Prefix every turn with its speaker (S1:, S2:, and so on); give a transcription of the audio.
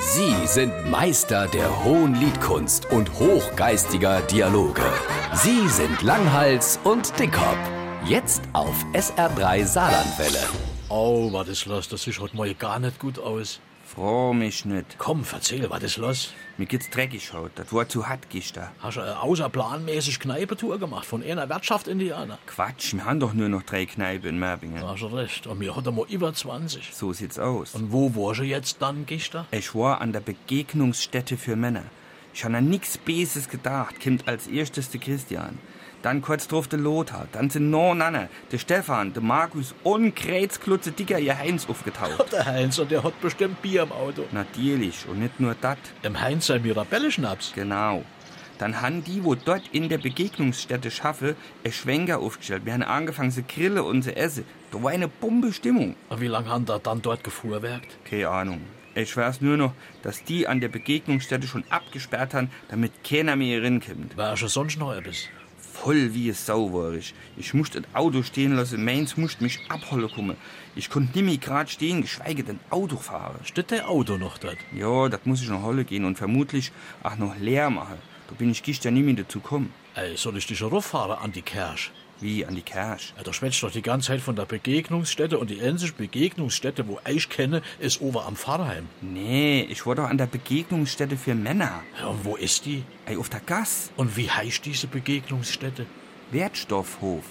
S1: Sie sind Meister der hohen Liedkunst und hochgeistiger Dialoge. Sie sind Langhals und Dickhop. Jetzt auf SR3 Saarlandwelle.
S2: Oh, war das los? Das sieht heute mal gar nicht gut aus.
S3: Frau mich nicht.
S2: Komm, erzähl, war das los?
S3: Mir geht's dreckig heute. Das war zu hart gestern.
S2: Hast du eine außerplanmäßig Kneipentour gemacht, von einer Wirtschaft in die andere?
S3: Quatsch, wir haben doch nur noch drei Kneipen in Merbingen.
S2: Da hast du recht. Und wir hatten mal über 20.
S3: So sieht's aus.
S2: Und wo warst du jetzt dann gestern?
S3: Ich war an der Begegnungsstätte für Männer. Ich habe an nix Beses gedacht, kommt als erstes der Christian. Dann kurz drauf der Lothar, dann sind noch Nanne, der Stefan, der Markus und Krätzklutze Dicker ihr Heinz aufgetaucht.
S2: Der Heinz, und der hat bestimmt Bier im Auto.
S3: Natürlich, und nicht nur das,
S2: Im Heinz sei Mirabelleschnaps.
S3: genau. Dann haben die, wo dort in der Begegnungsstätte schaffe, ein Schwenker aufgestellt. Wir haben angefangen zu grillen und zu essen. Da war eine Bombe-Stimmung.
S2: Und wie lange haben da dann dort gefuhrwerkt?
S3: Keine Ahnung. Ich weiß nur noch, dass die an der Begegnungsstätte schon abgesperrt haben, damit keiner mehr reinkommt.
S2: Wärst du sonst noch etwas?
S3: Voll wie es sau war ich. Ich musste das Auto stehen lassen, meins musste mich abholen kommen. Ich konnte nimmer grad stehen, geschweige denn Auto fahren.
S2: Steht der Auto noch dort?
S3: Ja, das muss ich noch holle gehen und vermutlich auch noch leer machen. Da bin ich gestern nicht mehr dazu gekommen.
S2: Ey, soll ich dich rauffahren an die Kersch?
S3: Wie an die Kirche.
S2: Ja, da schwätzt doch die ganze Zeit von der Begegnungsstätte und die einzige Begegnungsstätte, wo ich kenne, ist over am Pfarrheim.
S3: Nee, ich war doch an der Begegnungsstätte für Männer.
S2: Ja, und wo ist die?
S3: Ey, auf der Gas.
S2: Und wie heißt diese Begegnungsstätte?
S3: Wertstoffhof.